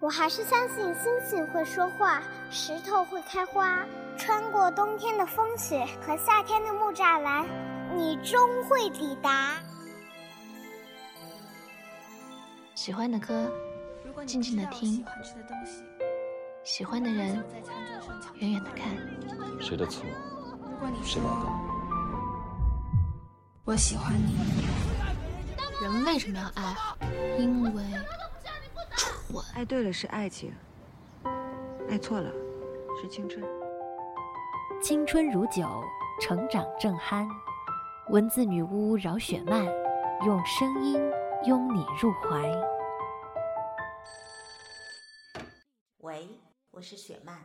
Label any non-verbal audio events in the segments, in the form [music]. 我还是相信星星会说话，石头会开花。穿过冬天的风雪和夏天的木栅栏，你终会抵达。喜欢的歌，静静的听；喜欢的人，远远的看。谁的错？谁买单？我喜欢你。人为什么要爱？因为蠢。爱哎对了是爱情，爱错了是青春。青春如酒，成长正酣。文字女巫饶雪漫，用声音拥你入怀。喂，我是雪漫。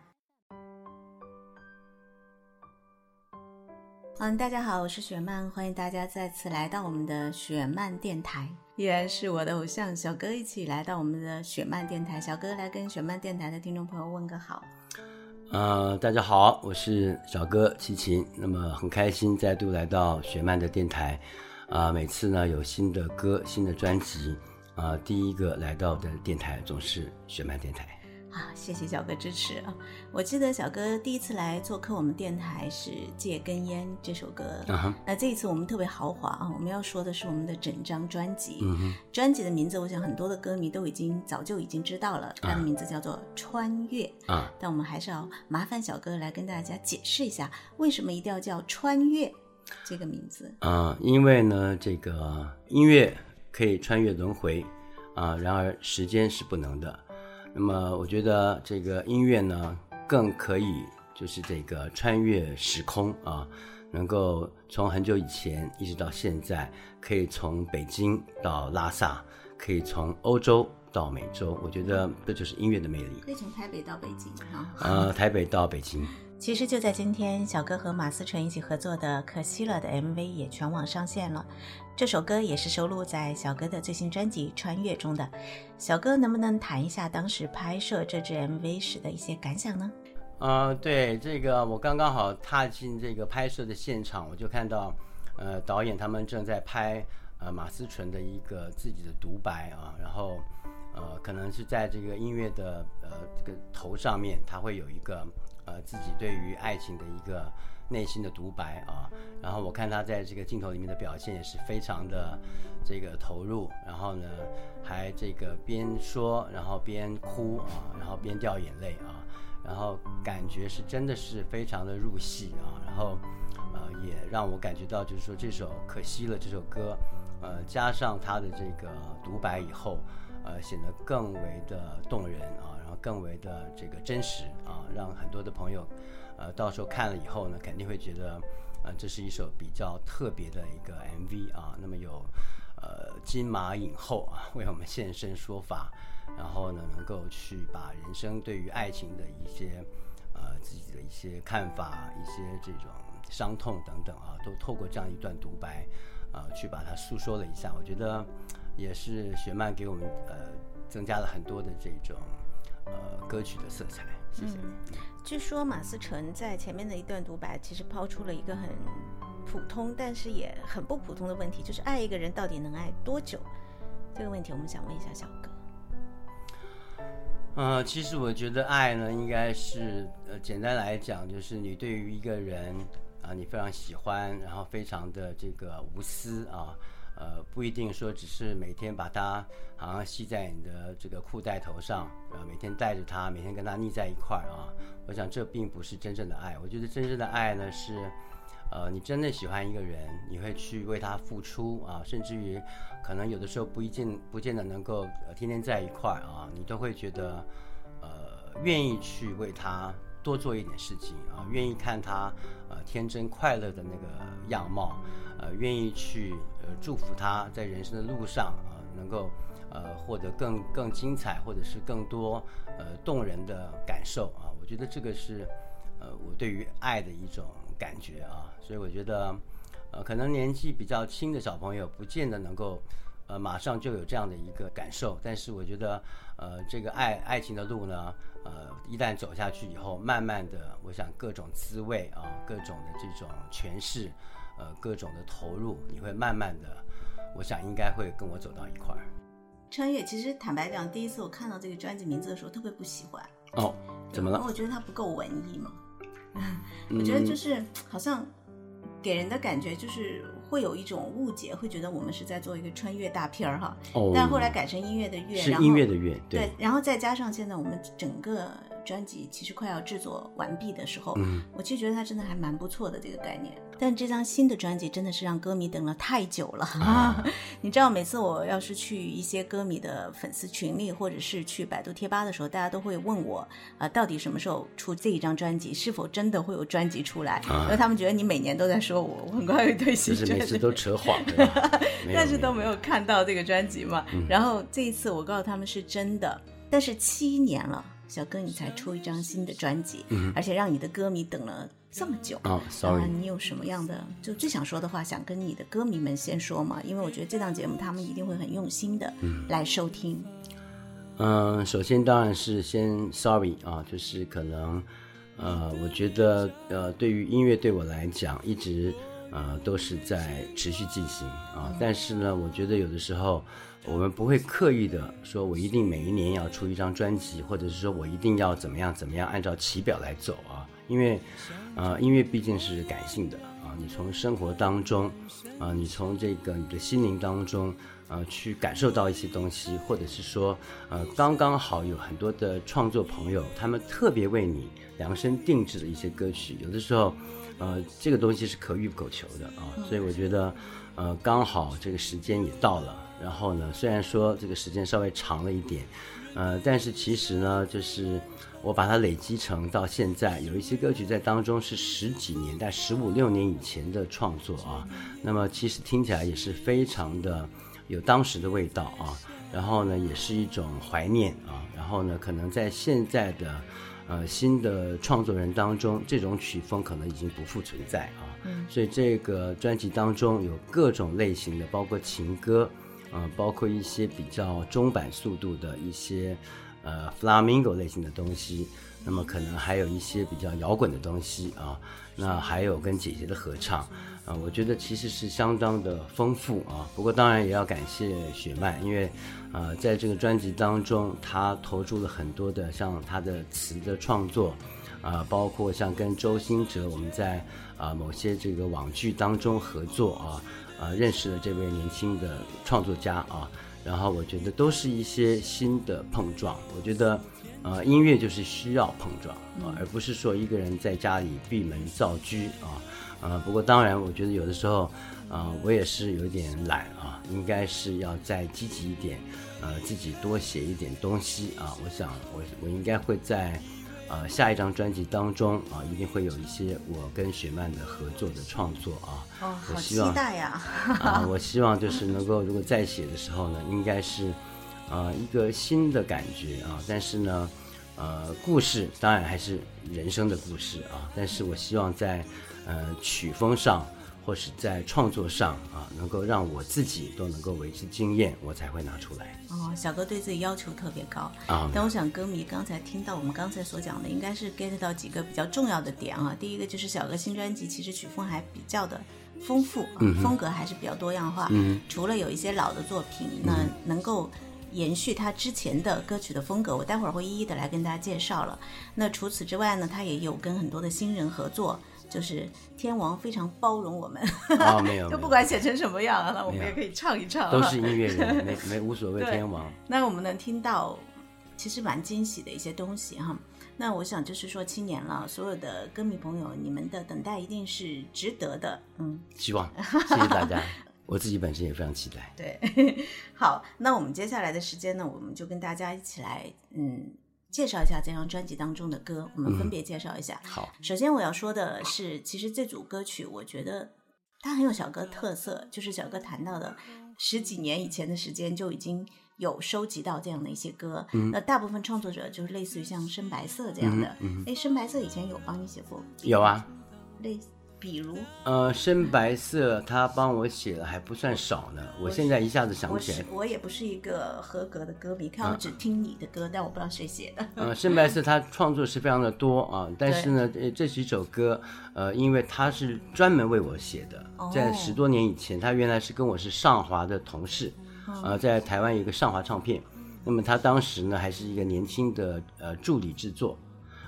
嗯，大家好，我是雪漫，欢迎大家再次来到我们的雪漫电台。依然是我的偶像小哥一起来到我们的雪漫电台，小哥来跟雪漫电台的听众朋友问个好。呃，大家好，我是小哥齐秦。那么很开心再度来到雪漫的电台，啊、每次呢有新的歌、新的专辑，啊、第一个来到的电台总是雪漫电台。啊，谢谢小哥支持啊！我记得小哥第一次来做客我们电台是《借根烟》这首歌，啊哈，那这一次我们特别豪华啊！我们要说的是我们的整张专辑，嗯哼，专辑的名字我想很多的歌迷都已经早就已经知道了，它的名字叫做《穿越》，啊，但我们还是要麻烦小哥来跟大家解释一下，为什么一定要叫《穿越》这个名字？啊、因为呢，这个音乐可以穿越轮回，啊、然而时间是不能的。那么，我觉得这个音乐呢，更可以就是这个穿越时空啊，能够从很久以前一直到现在，可以从北京到拉萨，可以从欧洲到美洲。我觉得这就是音乐的魅力。可以从台北到北京啊。呃，台北到北京，其实就在今天，小哥和马思纯一起合作的《可惜了》的 MV 也全网上线了。这首歌也是收录在小哥的最新专辑《穿越》中的。小哥能不能谈一下当时拍摄这支 MV 时的一些感想呢？呃，对，这个我刚刚好踏进这个拍摄的现场，我就看到，呃，导演他们正在拍呃马思纯的一个自己的独白啊，然后呃，可能是在这个音乐的呃这个头上面，他会有一个呃自己对于爱情的一个内心的独白啊，然后我看他在这个镜头里面的表现也是非常的这个投入，然后呢还这个边说然后边哭啊，然后边掉眼泪啊。然后感觉是真的是非常的入戏啊，然后呃也让我感觉到就是说这首《可惜了》这首歌，呃加上他的这个独白以后，呃显得更为的动人啊，然后更为的这个真实啊，让很多的朋友呃到时候看了以后呢，肯定会觉得呃这是一首比较特别的一个 MV 啊，那么有。呃，金马影后啊，为我们现身说法，然后呢，能够去把人生对于爱情的一些呃自己的一些看法、一些这种伤痛等等啊，都透过这样一段独白，啊，去把它诉说了一下。我觉得也是雪漫给我们呃增加了很多的这种呃歌曲的色彩。谢谢。嗯据说马思纯在前面的一段独白，其实抛出了一个很普通，但是也很不普通的问题，就是爱一个人到底能爱多久？这个问题，我们想问一下小哥。呃，其实我觉得爱呢，应该是呃，简单来讲，就是你对于一个人啊，你非常喜欢，然后非常的这个无私啊，呃，不一定说只是每天把它好像系在你的这个裤带头上，然后每天带着它，每天跟它腻在一块儿啊。我想这并不是真正的爱，我觉得真正的爱呢是。呃，你真的喜欢一个人，你会去为他付出啊，甚至于可能有的时候不一定不见得能够、呃、天天在一块儿啊，你都会觉得呃愿意去为他多做一点事情啊，愿意看他呃天真快乐的那个样貌，呃愿意去呃祝福他在人生的路上啊、能够呃获得更更精彩或者是更多呃动人的感受啊，我觉得这个是呃我对于爱的一种感觉啊，所以我觉得，呃，可能年纪比较轻的小朋友不见得能够，呃，马上就有这样的一个感受，但是我觉得，呃，这个爱爱情的路呢，呃，一旦走下去以后，慢慢的，我想各种滋味啊，各种的这种诠释，呃，各种的投入，你会慢慢的，我想应该会跟我走到一块儿。穿越其实坦白讲，第一次我看到这个专辑名字的时候，特别不喜欢。哦，怎么因为了？嗯我觉得它不够文艺嘛。我觉得就是好像给人的感觉就是会有一种误解，会觉得我们是在做一个穿越大片儿哈。哦，但后来改成音乐的乐，是然后音乐的乐，对，然后再加上现在我们整个专辑其实快要制作完毕的时候，嗯，我其实觉得它真的还蛮不错的这个概念。但这张新的专辑真的是让歌迷等了太久了。啊 [laughs] 你知道，每次我要是去一些歌迷的粉丝群里，或者是去百度贴吧的时候，大家都会问我啊、到底什么时候出这一张专辑？是否真的会有专辑出来？啊因为他们觉得你每年都在说我，我很快会就推新是专辑。每次 [laughs] 都扯谎，对吧没有但是都没有看到这个专辑嘛。嗯然后这一次我告诉他们是真的，但是七年了，小哥你才出一张新的专辑，嗯而且让你的歌迷等了这么久。哦，sorry，啊，你有什么样的就最想说的话，想跟你的歌迷们先说嘛？因为我觉得这档节目他们一定会很用心的来收听。嗯，首先当然是先 sorry 啊，就是可能，呃，我觉得呃，对于音乐对我来讲，一直呃都是在持续进行啊。但是呢，我觉得有的时候我们不会刻意的说，我一定每一年要出一张专辑，或者是说我一定要怎么样怎么样，按照其表来走啊。因为，呃，音乐毕竟是感性的啊，你从生活当中，啊、你从这个你的心灵当中，呃，去感受到一些东西，或者是说，呃，刚刚好有很多的创作朋友，他们特别为你量身定制的一些歌曲，有的时候，呃，这个东西是可遇不可求的啊，所以我觉得，呃，刚好这个时间也到了，然后呢，虽然说这个时间稍微长了一点，呃，但是其实呢，就是我把它累积成到现在，有一些歌曲在当中是十几年代、十五六年以前的创作啊，那么其实听起来也是非常的有当时的味道啊，然后呢，也是一种怀念啊，然后呢，可能在现在的呃新的创作人当中，这种曲风可能已经不复存在啊，所以这个专辑当中有各种类型的，包括情歌，呃，包括一些比较中版速度的一些呃 flamingo 类型的东西，那么可能还有一些比较摇滚的东西啊，那还有跟姐姐的合唱啊、我觉得其实是相当的丰富啊。不过当然也要感谢雪漫，因为呃在这个专辑当中，她投注了很多的像她的词的创作。啊，包括像跟周兴哲，我们在啊、某些这个网剧当中合作啊，啊认识了这位年轻的创作家啊，然后我觉得都是一些新的碰撞。我觉得，呃，音乐就是需要碰撞啊，而不是说一个人在家里闭门造车啊。呃，不过当然，我觉得有的时候，呃，我也是有点懒啊，应该是要再积极一点，呃，自己多写一点东西啊。我想我，我应该会在。呃，下一张专辑当中啊，一定会有一些我跟雪漫的合作的创作啊。 [laughs] 哦，我好希期望待呀！啊，我希望就是能够，如果再写的时候呢，应该是，呃，一个新的感觉啊。但是呢，呃，故事当然还是人生的故事啊。但是我希望在，呃，曲风上或是在创作上啊，能够让我自己都能够为之惊艳，我才会拿出来哦，小哥对自己要求特别高，啊。但我想，歌迷刚才听到我们刚才所讲的，应该是 get 到几个比较重要的点啊。第一个就是小哥新专辑其实曲风还比较的丰富、啊嗯哼风格还是比较多样化。嗯除了有一些老的作品，那能够延续他之前的歌曲的风格，我待会儿会一一的来跟大家介绍了。那除此之外呢，他也有跟很多的新人合作，就是天王非常包容我们， [laughs] 啊， [laughs] 没有，没就不有管写成什么样啊，那我们没有也可以唱一唱、啊。都是音乐人，没没无所谓对天王。那我们能听到其实蛮惊喜的一些东西哈。那我想就是说，七年了，所有的歌迷朋友，你们的等待一定是值得的。嗯，希望，谢谢大家。我自己本身也非常期待。对。 [laughs] 好，那我们接下来的时间呢，我们就跟大家一起来，嗯，介绍一下这张专辑当中的歌，我们分别介绍一下。好，首先我要说的是，其实这组歌曲，我觉得它很有小哥特色，就是小哥谈到的十几年以前的时间就已经有收集到这样的一些歌。那大部分创作者就是类似于像深白色这样的。嗯哎，深白色以前有帮你写过？有啊。类比如呃，深白色他帮我写了还不算少呢，我现在一下子想我不起是来。我也不是一个合格的歌迷，看我嗯只听你的歌，但我不知道谁写的。呃，深白色他创作是非常的多啊，但是呢，呃这几首歌，呃，因为他是专门为我写的哦，在十多年以前，他原来是跟我是上华的同事，呃，在台湾有一个上华唱片，那么他当时呢还是一个年轻的呃助理制作，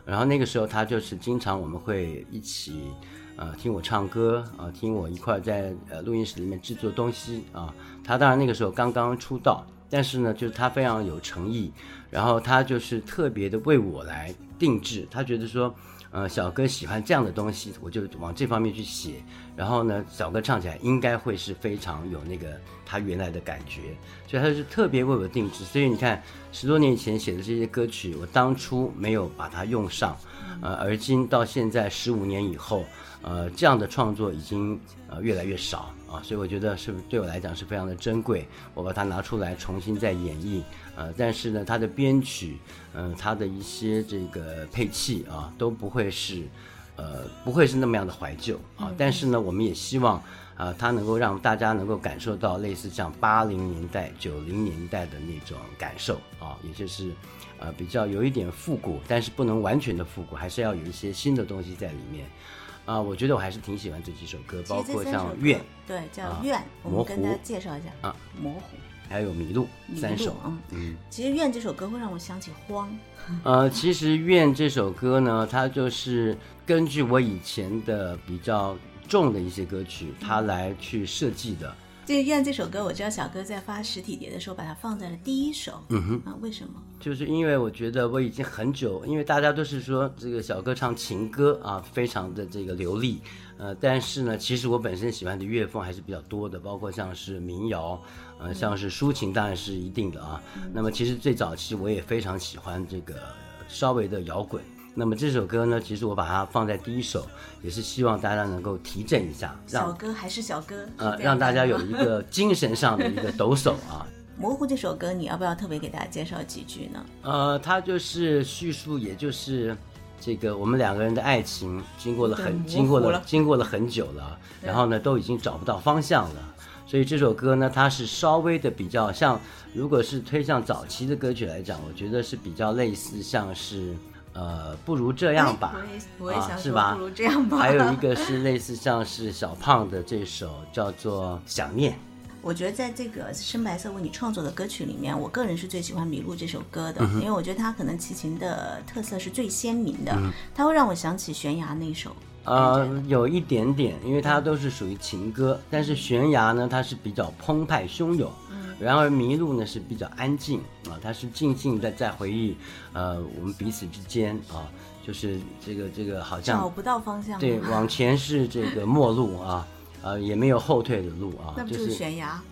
然后那个时候他就是经常我们会一起呃听我唱歌啊、呃，听我一块儿在呃录音室里面制作东西啊、他当然那个时候刚刚出道，但是呢，就是他非常有诚意，然后他就是特别的为我来定制，他觉得说。呃，小哥喜欢这样的东西，我就往这方面去写。然后呢，小哥唱起来应该会是非常有那个他原来的感觉，所以他是特别为我定制。所以你看，十多年前写的这些歌曲，我当初没有把它用上，呃，而今到现在十五年以后，呃，这样的创作已经呃越来越少啊，所以我觉得是对我来讲是非常的珍贵。我把它拿出来重新再演绎，呃，但是呢，它的编曲，嗯、它的一些这个配器啊，都不会是。呃，不会是那么样的怀旧啊。嗯但是呢，我们也希望，啊，它能够让大家能够感受到类似像八零年代、九零年代的那种感受啊，也就是，呃，比较有一点复古，但是不能完全的复古，还是要有一些新的东西在里面。啊，我觉得我还是挺喜欢这几首歌，包其实括这三首像《歌愿》对，叫啊《愿》，我模们跟大家糊介绍一下啊，模糊。还有《迷路迷》三路首啊。嗯，其实《愿》这首歌会让我想起荒，呃，其实《愿》这首歌呢，它就是根据我以前的比较重的一些歌曲，它来去设计的。这《愿》这首歌，我知道小哥在发实体碟的时候把它放在了第一首。嗯哼，啊，为什么？就是因为我觉得我已经很久，因为大家都是说这个小哥唱情歌啊，非常的这个流利，呃，但是呢，其实我本身喜欢的乐风还是比较多的，包括像是民谣，呃，像是抒情当然是一定的啊。嗯那么其实最早期我也非常喜欢这个稍微的摇滚。那么这首歌呢，其实我把它放在第一首，也是希望大家能够提振一下，小让哥还是小哥，呃是这样让大家的 [laughs] 有一个精神上的一个抖擞啊。模糊这首歌，你要不要特别给大家介绍几句呢？呃，它就是叙述，也就是这个我们两个人的爱情，经过了对模很糊经过了了经过了很久了，然后呢，都已经找不到方向了。所以这首歌呢，它是稍微的比较像，如果是推向早期的歌曲来讲，我觉得是比较类似像是呃，不如这样吧，哎 [laughs] 我也我也啊，想是说吧不如？这样吧。还有一个是类似像是小胖的这首叫做《想念》， [laughs] 我觉得在这个深白色为你创作的歌曲里面，我个人是最喜欢《迷路》这首歌的，嗯因为我觉得它可能齐秦的特色是最鲜明的，嗯它会让我想起悬崖那首。呃，有一点点，因为它都是属于情歌，但是悬崖呢，它是比较澎湃汹涌，嗯然而麋鹿呢是比较安静啊，它是静静的在回忆，呃，我们彼此之间啊，就是这个这个好找像不到方向，对，往前是这个陌路啊，呃，也没有后退的路啊那，不就 [laughs] 就是是 [laughs] 悬崖？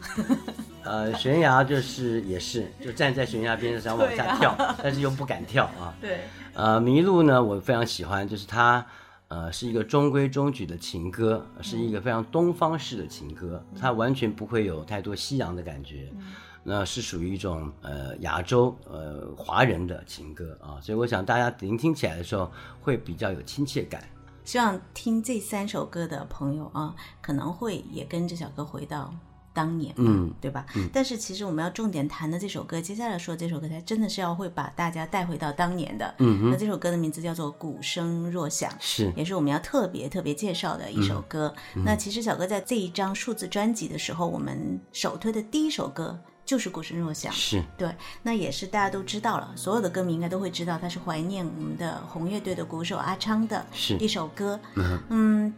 呃，悬崖就是也是就站在悬崖边上想往下 [laughs] 跳，啊但是又不敢跳啊，对，呃，麋鹿呢，我非常喜欢，就是它，呃，是一个中规中矩的情歌，是一个嗯非常东方式的情歌，它完全不会有太多西洋的感觉，嗯那是属于一种呃亚洲呃华人的情歌啊，所以我想大家聆听起来的时候会比较有亲切感。希望听这三首歌的朋友啊，可能会也跟着小哥回到当年，嗯，对吧？但是其实我们要重点谈的这首歌，接下来说这首歌，它真的是要会把大家带回到当年的。嗯那这首歌的名字叫做《鼓声若响》。是，也是我们要特别特别介绍的一嗯首歌。那其实小哥在这一张数字专辑的时候，我们首推的第一首歌就是《鼓声若响》。是，对，那也是大家都知道了，所有的歌迷应该都会知道，它是怀念我们的红乐队的鼓手阿昌的是一首歌。嗯嗯，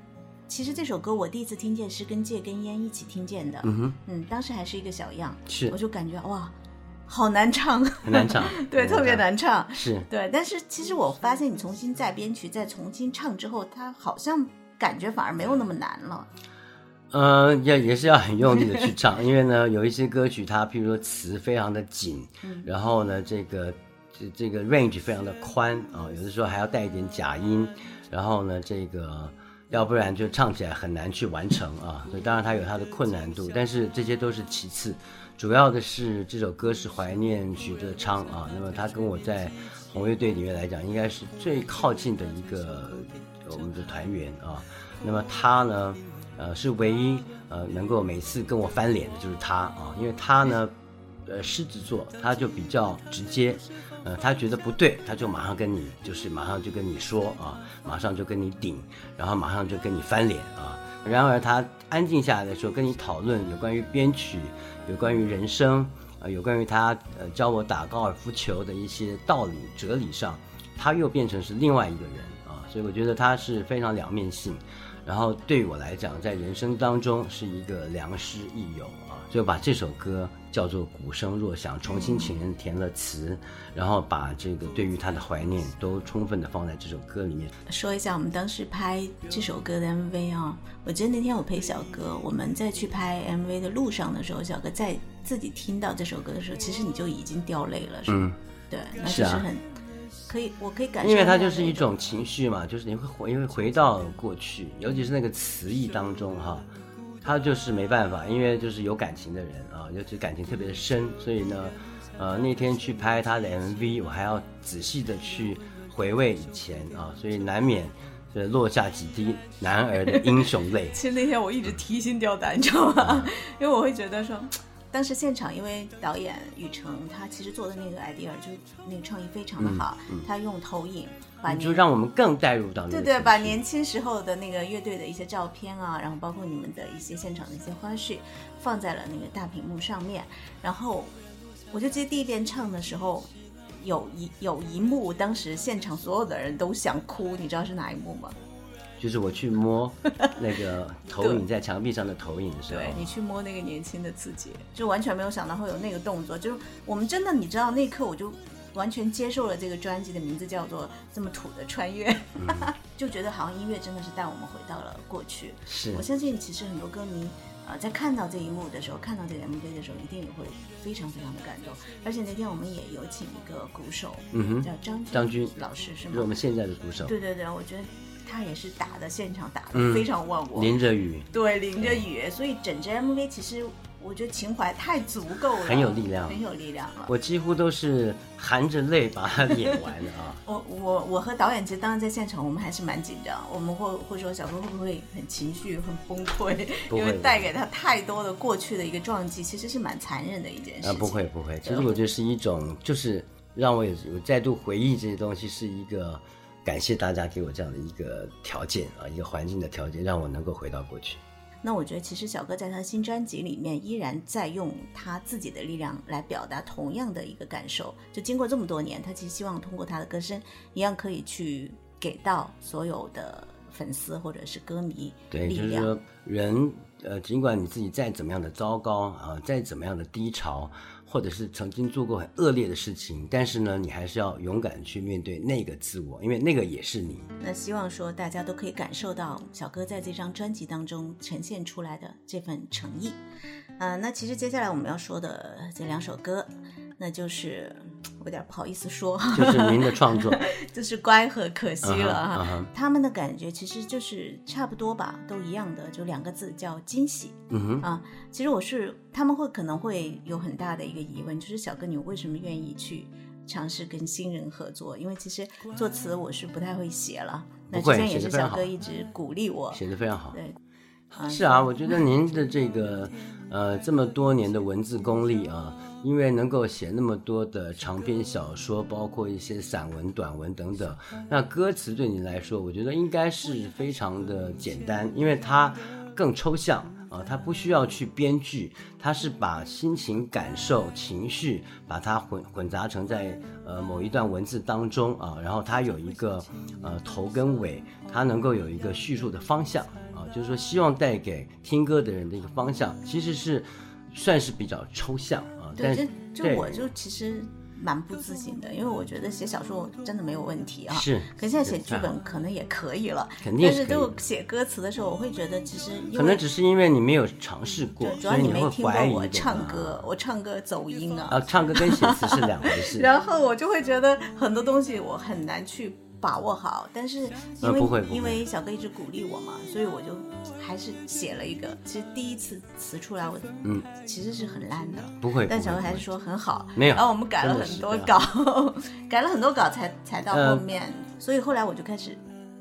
其实这首歌我第一次听见是跟戒根烟一起听见的，嗯哼，嗯，当时还是一个小样，是我就感觉哇，好难唱，，很难唱 [laughs] 对，很特别唱。难唱。是，对，但是其实我发现你重新再编曲、再重新唱之后，它好像感觉反而没有那么难了。呃，也也是要很用力的去唱，因为呢，有一些歌曲它，譬如说词非常的紧，然后呢，这个这这个 range 非常的宽啊、有的时候还要带一点假音，然后呢，这个要不然就唱起来很难去完成啊。所以当然它有它的困难度，但是这些都是其次，主要的是这首歌是怀念许德昌啊，那么他跟我在红乐队里面来讲，应该是最靠近的一个呃我们的团员啊。那么他呢，呃，是唯一呃能够每次跟我翻脸的就是他啊，因为他呢，呃，狮子座，他就比较直接，呃，他觉得不对，他就马上跟你就是马上就跟你说啊，马上就跟你顶，然后马上就跟你翻脸啊。然而他安静下来的时候，跟你讨论有关于编曲、有关于人生，呃，有关于他呃教我打高尔夫球的一些道理、哲理上，他又变成是另外一个人啊。所以我觉得他是非常两面性。然后对于我来讲，在人生当中是一个良师益友啊，就把这首歌叫做《鼓声若响》，重新请人填了词，然后把这个对于他的怀念都充分的放在这首歌里面。说一下我们当时拍这首歌的 MV 啊、我记得那天我陪小哥，我们在去拍 MV 的路上的时候，小哥在自己听到这首歌的时候，其实你就已经掉泪了，是吗？嗯，对，那是就啊是很可以，我可以感受到那种，。因为它就是一种情绪嘛，就是你会回，因为回到过去，尤其是那个词义当中哈，他就是没办法，因为就是有感情的人啊，尤其感情特别的深，所以呢，呃，那天去拍他的 MV，我还要仔细的去回味以前啊，所以难免呃落下几滴男儿的英雄泪其实那天我一直提心吊胆，你知道吗？ [laughs] 因为我会觉得说，当时现场因为导演雨成他其实做的那个 idea 就是那个创意非常的好，他用投影 [laughs] 把嗯你就年让我们更带入到那个情对对，把绪年轻时候的那个乐队的一些照片啊，然后包括你们的一些现场的一些花絮，放在了那个大屏幕上面。然后我就记得第一遍唱的时候，有一有一幕，当时现场所有的人都想哭，你知道是哪一幕吗？就是我去摸那 [laughs] 个投影在墙壁上的投影的时候，对你去摸那个年轻的自己，就完全没有想到会有那个动作。就是我们真的，你知道那一刻我就完全接受了这个专辑的名字叫做《这么土的穿越》，嗯 [laughs] 就觉得好像音乐真的是带我们回到了过去。是我相信，其实很多歌迷啊、呃在看到这一幕的时候，看到这个 MV 的时候，一定也会非常非常的感动。而且那天我们也有请一个鼓手，嗯哼叫张张军老师，是是我吗们？现在的鼓手对对对，我觉得他也是打的现场打嗯的非常忘我，淋着雨。对，淋着雨，所以整支 MV 其实我觉得情怀太足够了，很有力量很有力量了。。我几乎都是含着泪把它演完的啊 [laughs] 我我我和导演其实当时在现场，我们还是蛮紧张，我们会会说小哥会不会很情绪很崩溃，不会因为带给他太多的过去的一个撞击，其实是蛮残忍的一件事情。啊，不会不会，其实我觉得是一种，就是让我有我再度回忆这些东西，是一个感谢大家给我这样的一个条件啊，一个环境的条件，让我能够回到过去。那我觉得，其实小哥在他新专辑里面依然在用他自己的力量来表达同样的一个感受。就经过这么多年，他其实希望通过他的歌声，一样可以去给到所有的粉丝或者是歌迷对，力就是量。说人呃，尽管你自己再怎么样的糟糕啊，再怎么样的低潮，或者是曾经做过很恶劣的事情，但是呢，你还是要勇敢地去面对那个自我，因为那个也是你。那希望说大家都可以感受到小哥在这张专辑当中呈现出来的这份诚意。呃，那其实接下来我们要说的这两首歌，那就是我有点不好意思说，就是您的创作， [laughs] 就是乖和可惜了啊哈哈啊哈。他们的感觉其实就是差不多吧，都一样的，就两个字叫惊喜嗯哼，啊。其实我是他们会可能会有很大的一个疑问，就是小哥你为什么愿意去尝试跟新人合作？因为其实作词我是不太会写了，那不会之前写也是得非常小好哥一直鼓励我，嗯写的非常好。对，是啊，我觉得您的这 [laughs] 个呃这么多年的文字功力啊，因为能够写那么多的长篇小说，包括一些散文、短文等等，那歌词对你来说，我觉得应该是非常的简单，因为它更抽象。啊，它不需要去编剧，它是把心情、感受、情绪，把它混混杂成在呃某一段文字当中啊，然后它有一个呃头跟尾，它能够有一个叙述的方向啊，就是说希望带给听歌的人的一个方向，其实是算是比较抽象啊，但对，就对就我就其实蛮不自信的，因为我觉得写小说我真的没有问题啊。是可现在写是剧本可能也可以了，肯定但是是可以对我的写歌词的时候，我会觉得其实因为可能只是因为你没有尝试过，主要所以没会听过怀疑我一点唱啊歌，我唱歌走音啊，啊，唱歌跟写词是两回事。 [laughs] 然后我就会觉得很多东西我很难去把握好，但是因为、不会不会因为小哥一直鼓励我嘛，所以我就还是写了一个。其实第一次词出来我，嗯，其实是很烂的，不会但不会小哥不还会是说很好。没有然后我们改了真的很是多非常稿， [laughs] 改了很多稿才才到后呃面，所以后来我就开始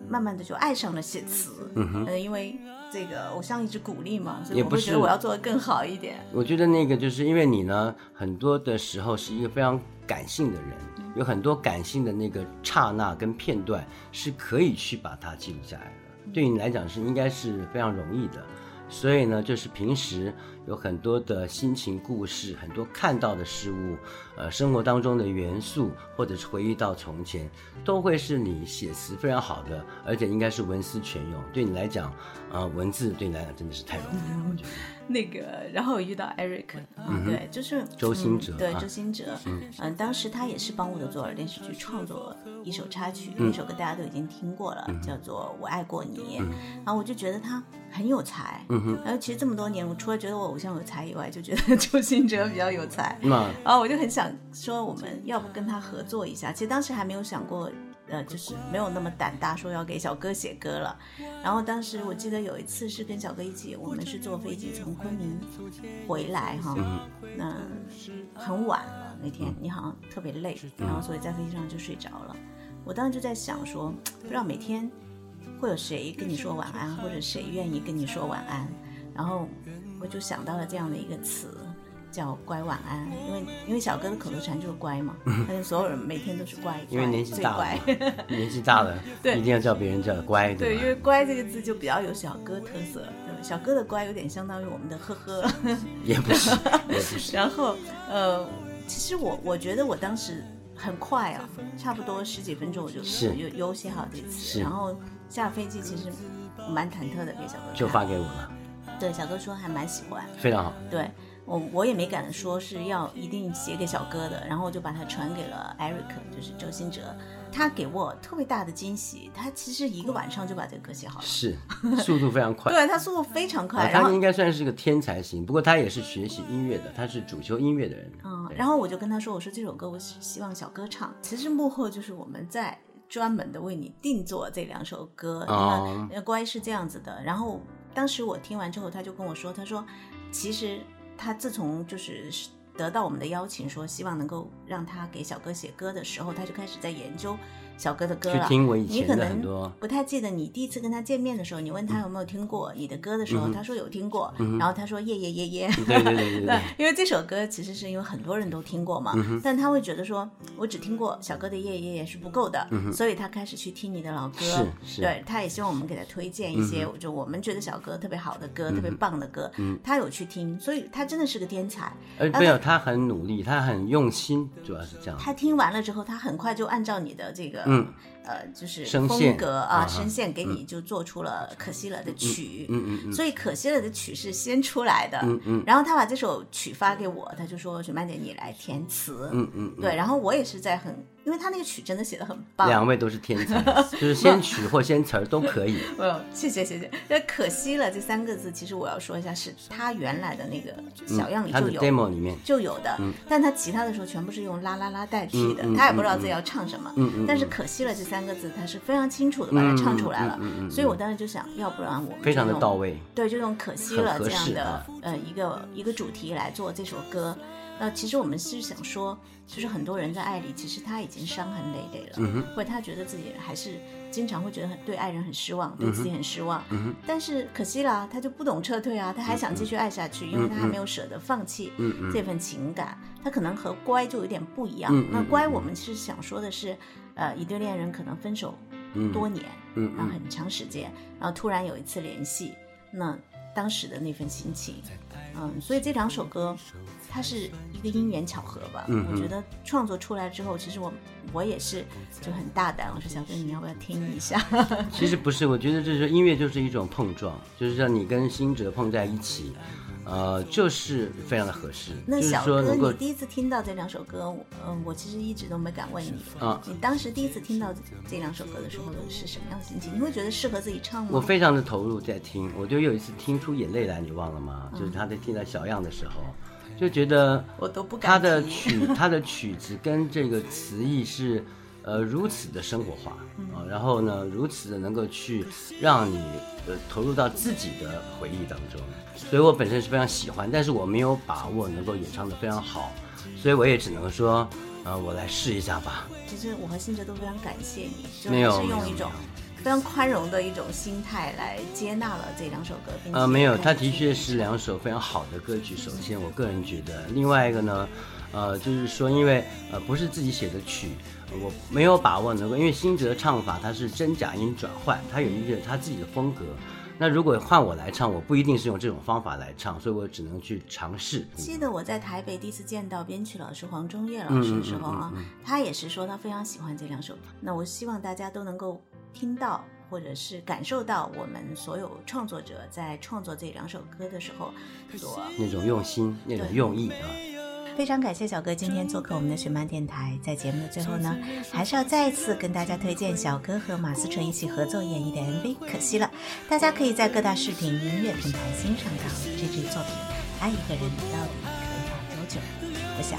慢慢的就爱上了写词，嗯哼，因为。这个偶像一直鼓励嘛，所以也我不会觉得是我要做的更好一点。我觉得那个就是因为你呢，很多的时候是一个非常感性的人，有很多感性的那个刹那跟片段是可以去把它记录下来的。对你来讲是应该是非常容易的。所以呢，就是平时有很多的心情故事，很多看到的事物，呃，生活当中的元素，或者是回忆到从前，都会是你写词非常好的，而且应该是文思泉涌。对你来讲，呃，文字对你来讲真的是太容易了，我觉得。那个，然后我遇到 Eric，、啊嗯对，就是周兴哲嗯对啊周兴哲，嗯、当时他也是帮我的左耳电视剧创作一首插曲，嗯那首歌大家都已经听过了，叫做《我爱过你》，然后我就觉得他很有才，嗯哼，然后其实这么多年，我除了觉得我偶像有才以外，就觉得 [laughs] 周兴哲比较有才，那然后我就很想说，我们要不跟他合作一下？其实当时还没有想过，呃，就是没有那么胆大说要给小哥写歌了。然后当时我记得有一次是跟小哥一起，我们是坐飞机从昆明回来哈，嗯那很晚了那天，你好像特别累，嗯然后所以在飞机上就睡着了。我当时就在想说，不知道每天会有谁跟你说晚安，或者谁愿意跟你说晚安。然后我就想到了这样的一个词，叫“乖晚安”，因为因为小哥的口头禅就是“乖” [laughs] 嘛，但是所有人每天都是乖，因为年纪最大了乖。嘛，年纪大了， [laughs] 对一定要叫别人叫乖，对，吧因？为“乖”这个字就比较有小哥特色，对吧？小哥的“乖”有点相当于我们的“ [laughs] 呵呵”，也不 [laughs] 是，也不是。然后呃，其实我我觉得我当时很快啊，差不多十几分钟我就是有有写好这次，是然后下飞机其实蛮忐忑的给小哥看，就发给我了，对小哥说还蛮喜欢，非常好。对我我也没敢说是要一定写给小哥的，然后我就把它传给了 Eric，就是周兴哲，他给我特别大的惊喜，他其实一个晚上就把这个歌写好了， [laughs] 是，速度非常快。对他速度非常快，啊，然他后应该算是个天才型，不过他也是学习音乐的，他是主修音乐的人。嗯，对然后我就跟他说：“我说这首歌我是希望小哥唱。其实幕后就是我们在专门的为你定做这两首歌。哦那呃乖是这样子的。然后当时我听完之后，他就跟我说：“他说其实他自从就是得到我们的邀请，说希望能够让他给小哥写歌的时候，他就开始在研究小哥的歌去了。听我以你前可的能很多不太记得你第一次跟他见面的时候，你问他有没有听过你的歌的时嗯候，哼他说有听过，嗯哼然后他说耶耶耶耶。对对对对呃 [laughs] 对对，嗯因为这首歌其实是因为很多人都听过嘛，但他会觉得说，我只听过小哥的《夜夜夜》是不够的，所以他开始去听你的老歌，嗯是是嗯对，他也希望我们给他推荐一些，就我们觉得小哥特别好的歌，特别棒的歌，他有去听，所以他真的是个天才。而没有哦他很努力，他很用心，主要是这样。他听完了之后，他很快就按照你的这个、嗯呃，就是声风线格啊、啊声线给你就做出了《可惜了》的曲。嗯嗯嗯所以可惜了的曲是先出来的，嗯嗯然后他把这首曲发给我，他就说：“雪曼姐，你来填词。嗯嗯，嗯对，然后我也是在很，因为他那个曲真的写的很棒，两位都是天才， [laughs] 就是先曲或先词儿都可以。嗯，谢谢谢谢。那可惜了这三个字，其实我要说一下，是他原来的那个小样里嗯他就的有。 demo 里面，就有的，但他其他的时候全部是用啦啦啦代替的，嗯嗯他也不知道自己要唱什么。嗯嗯，但是嗯可惜了这三个字，他是非常清楚的把它唱出来了。嗯嗯嗯嗯嗯所以我当时就想，要不然我们就非常的用到位。对，就用可惜了很合这样适的、啊呃一个一个主题来做这首歌。那其实我们是想说，就是很多人在爱里，其实他已经伤痕累累了，嗯哼或者他觉得自己还是经常会觉得很对爱人很失望，对自己很失望。嗯但是可惜啦，他就不懂撤退啊，他还想继续爱下去，因为他还没有舍得放弃嗯嗯这份情感。他可能和乖就有点不一样。嗯嗯那乖，我们是想说的是，呃，一对恋人可能分手嗯多年，嗯然后嗯，很长时间，然后突然有一次联系，那当时的那份心情，嗯，所以这两首歌，它是一个因缘巧合吧。嗯我嗯觉得创作出来之后，其实我我也是就很大胆，我说小哥你要不要听一下？ [laughs] 其实不是，我觉得这是音乐就是一种碰撞，就是让你跟新哲碰在一起，呃，就是非常的合适。那就是小说哥，能够你第一次听到这两首歌，我嗯，我其实一直都没敢问你，啊你当时第一次听到这两首歌的时候是什么样的心情？你会觉得适合自己唱吗？我非常的投入在听，我就有一次听出眼泪来，你忘了吗？就是嗯他在听到小样的时候，就觉得我都不敢他的提 [laughs] 曲他的曲子跟这个词意是呃如此的生活化嗯啊、然后呢如此的能够去让你呃投入到自己的回忆当中，所以我本身是非常喜欢，但是我没有把握能够演唱的非常好，所以我也只能说。呃，我来试一下吧。其实我和信哲都非常感谢你，就没有还是没有用一种非常宽容的一种心态来接纳了这两首歌，并且呃，没有，开始它的去确是两首非常好的歌曲。首先，我个人觉得，另外一个呢，呃，就是说，因为呃不是自己写的曲，呃我没有把握能够，因为新哲唱法它是真假音转换，它有一个他自己的风格。那如果换我来唱，我不一定是用这种方法来唱，所以我只能去尝试。记得我在台北第一次见到编曲老师黄忠岳老师的时候啊，嗯嗯嗯嗯他也是说他非常喜欢这两首。那我希望大家都能够听到或者是感受到我们所有创作者在创作这两首歌的时候所那种用心，那种用意啊。非常感谢小哥今天做客我们的雪漫电台。在节目的最后呢，还是要再次跟大家推荐小哥和马思纯一起合作演绎的 MV。可惜了，大家可以在各大视频音乐平台欣赏到这支作品《爱一个人到底可以爱多久》。我想，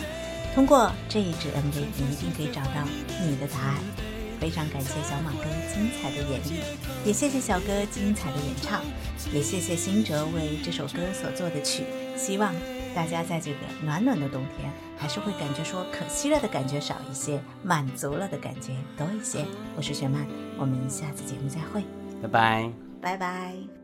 通过这一支 MV，你一定可以找到你的答案。非常感谢小马哥精彩的演绎，也谢谢小哥精彩的演唱。也谢谢新哲为这首歌所做的曲，希望大家在这个暖暖的冬天，还是会感觉说可惜了的感觉少一些，满足了的感觉多一些。我是雪曼，我们下次节目再会，拜拜。拜拜。